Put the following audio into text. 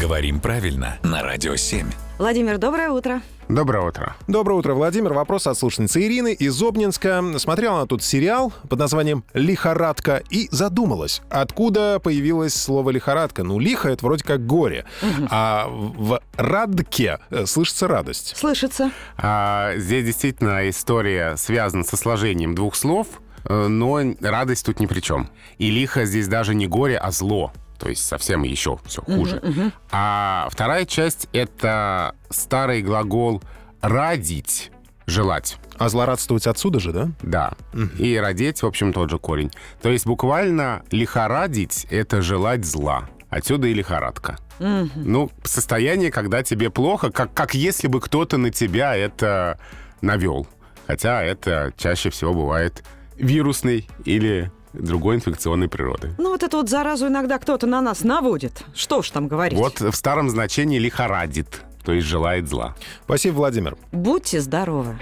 Говорим правильно на Радио 7. Владимир, доброе утро. Доброе утро. Доброе утро, Владимир. Вопрос от слушницы Ирины из Обнинска. Смотрела она тут сериал под названием «Лихорадка» и задумалась, откуда появилось слово «лихорадка». Ну, лихо — это вроде как горе, а в «радке» э, слышится радость. Слышится. А, здесь действительно история связана со сложением двух слов, э, но радость тут ни при чем. И лихо здесь даже не горе, а зло. То есть совсем еще все хуже. А вторая часть — это старый глагол «радить», «желать». А злорадствовать отсюда же, да? Да. И родить, в общем, тот же корень. То есть буквально лихорадить — это желать зла. Отсюда и лихорадка. Ну, состояние, когда тебе плохо, как, как если бы кто-то на тебя это навел. Хотя это чаще всего бывает вирусной или другой инфекционной природы. Ну вот эту вот заразу иногда кто-то на нас наводит. Что ж там говорить. Вот в старом значении лихорадит, то есть желает зла. Спасибо, Владимир. Будьте здоровы.